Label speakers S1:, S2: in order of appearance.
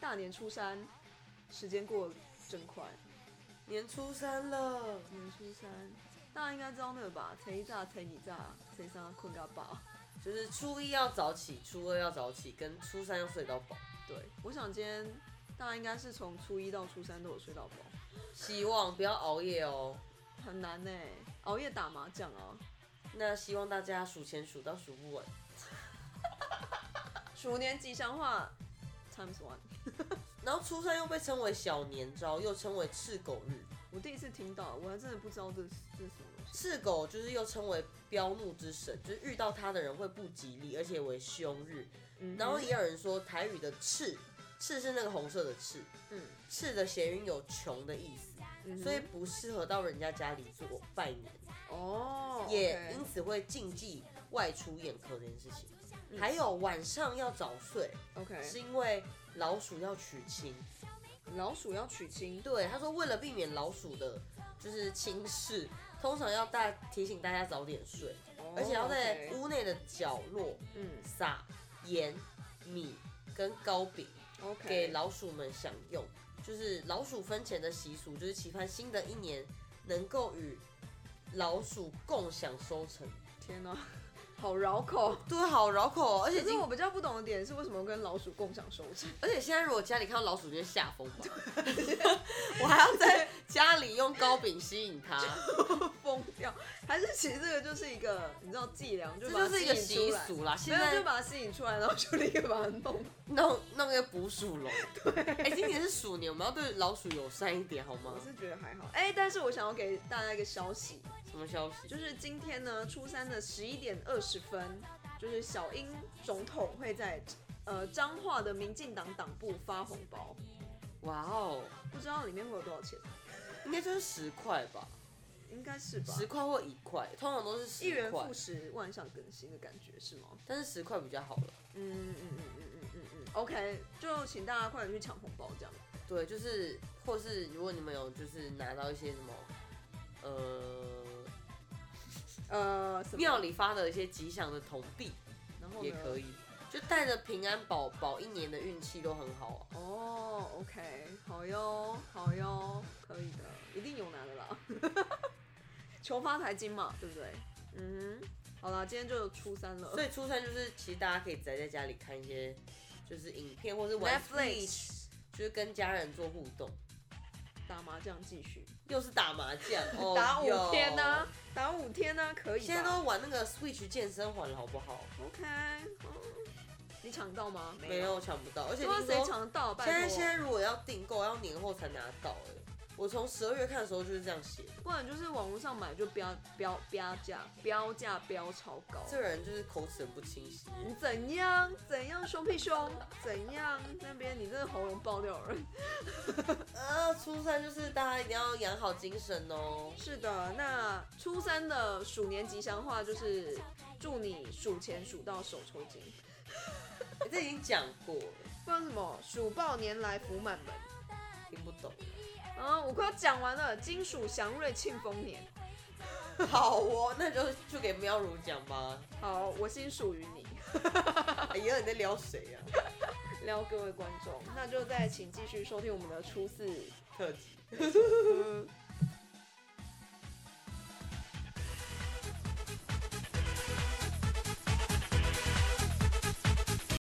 S1: 大年初三，时间过得真快，
S2: 年初三了，
S1: 年初三，大家应该知道那个吧？初一炸，初二炸，初三困个饱。
S2: 就是初一要早起，初二要早起，跟初三要睡到饱。
S1: 对，我想今天大家应该是从初一到初三都有睡到饱，
S2: 希望不要熬夜哦。
S1: 很难呢、熬夜打麻将啊，
S2: 那希望大家数钱数到数不完，
S1: 鼠年吉祥话，times one。
S2: 然后初三又被称为小年朝，又称为赤狗日。
S1: 我第一次听到，我还真的不知道这是这是什么东西。
S2: 赤狗就是又称为彪怒之神，就是遇到他的人会不吉利，而且为凶日。
S1: 嗯哼
S2: 然后也有人说台语的赤，赤是那个红色的赤，
S1: 嗯
S2: 赤的谐音有穷的意思，
S1: 嗯哼，
S2: 所以不适合到人家家里做拜年，
S1: 哦，
S2: 也
S1: OK
S2: 因此会禁忌外出宴客这件事情。还有晚上要早睡，是
S1: OK，
S2: 因为老鼠要娶亲。
S1: 老鼠要娶亲，
S2: 对，他说为了避免老鼠的，就是侵蚀，通常要大提醒大家早点睡，
S1: 哦
S2: 而且要在
S1: OK
S2: 屋内的角落
S1: 嗯
S2: 撒盐、米跟糕饼
S1: ，OK，
S2: 给老鼠们享用。就是老鼠分钱的习俗，就是期盼新的一年能够与老鼠共享收成。
S1: 天哪、 好绕口。
S2: 对，好绕口、哦，而且
S1: 可是
S2: 今
S1: 我比较不懂的点是，为什么跟老鼠共享收成？
S2: 而且现在如果家里看到老鼠，就会吓疯吧。 我还要在家里用糕饼吸引它。
S1: 疯掉？还是其实这个就是一个你知道伎俩， 就
S2: 这
S1: 把它
S2: 就是一个
S1: 吸引
S2: 习
S1: 出来
S2: 俗啦。
S1: 没
S2: 现
S1: 有
S2: 在
S1: 就把它吸引出来，然后就立刻把它弄。
S2: 弄弄一个捕鼠 笼。对，哎、今年是鼠年，我们要对老鼠友善一点好吗
S1: 我？是觉得还好，哎、但是我想要给大家一个消息，
S2: 什么消息？
S1: 就是今天呢，初三的十一点二十分，就是小英总统会在呃彰化的民进党党部发红包，
S2: 哇哦，
S1: 不知道里面会有多少钱，
S2: 应该就是十块吧，
S1: 应该是吧？
S2: 十块或一块，通常都是
S1: 一
S2: 十
S1: 元
S2: 块
S1: 复，始，万象更新的感觉是吗？
S2: 但是十块比较好了。
S1: 嗯嗯嗯嗯嗯嗯嗯，OK，就请大家快点去抢红包，这样。
S2: 对，就是或是如果你们有就是拿到一些什么，呃，
S1: 呃，什么
S2: 庙，里发的一些吉祥的铜币
S1: 然后呢
S2: 也可。以，就带着平安宝宝一年的运气都很好啊。
S1: 哦，OK，好哟，好哟，可以的，一定有拿的啦。 求发财金嘛，对不对？嗯哼，好啦，今天就初三了。
S2: 所以初三就是，其实大家可以宅在家里看一些就是影片，或是玩 Switch，
S1: Netflix
S2: 就是跟家人做互动，
S1: 打麻将继续，
S2: 又是打麻 将，哦
S1: 打五
S2: 哟
S1: 天呢、打五天呢、可以吧。
S2: 现在都玩那个 Switch 健身环了，好不好？
S1: OK，、嗯你抢到吗？
S2: 没有，抢不到，而
S1: 不
S2: 且
S1: 知道
S2: 听
S1: 谁
S2: 说
S1: 抢得到，拜
S2: 现在
S1: 托。
S2: 现在如果要订购，要年后才拿到哎、我从十二月看的时候就是这样写的，
S1: 不然就是网络上买就标标标价，标价标超高。
S2: 这个人就是口齿很不清晰。
S1: 你怎样怎样凶屁凶，怎样那边你真的喉咙爆掉了。
S2: 啊，初三就是大家一定要养好精神 哦。
S1: 是的，那初三的鼠年吉祥话就是祝你数钱数到手抽筋，
S2: 欸这已经讲过了，
S1: 不然什么鼠报年来福满门。
S2: 听不懂。
S1: 啊，我快要讲完了，金属祥瑞庆丰年。
S2: 好哦，那就就给喵如讲吧。
S1: 好，我心属于你。
S2: 哎呀，你在撩谁 呀、
S1: 撩各位观众，那就再请继续收听我们的初四。
S2: 特辑。
S1: 嗯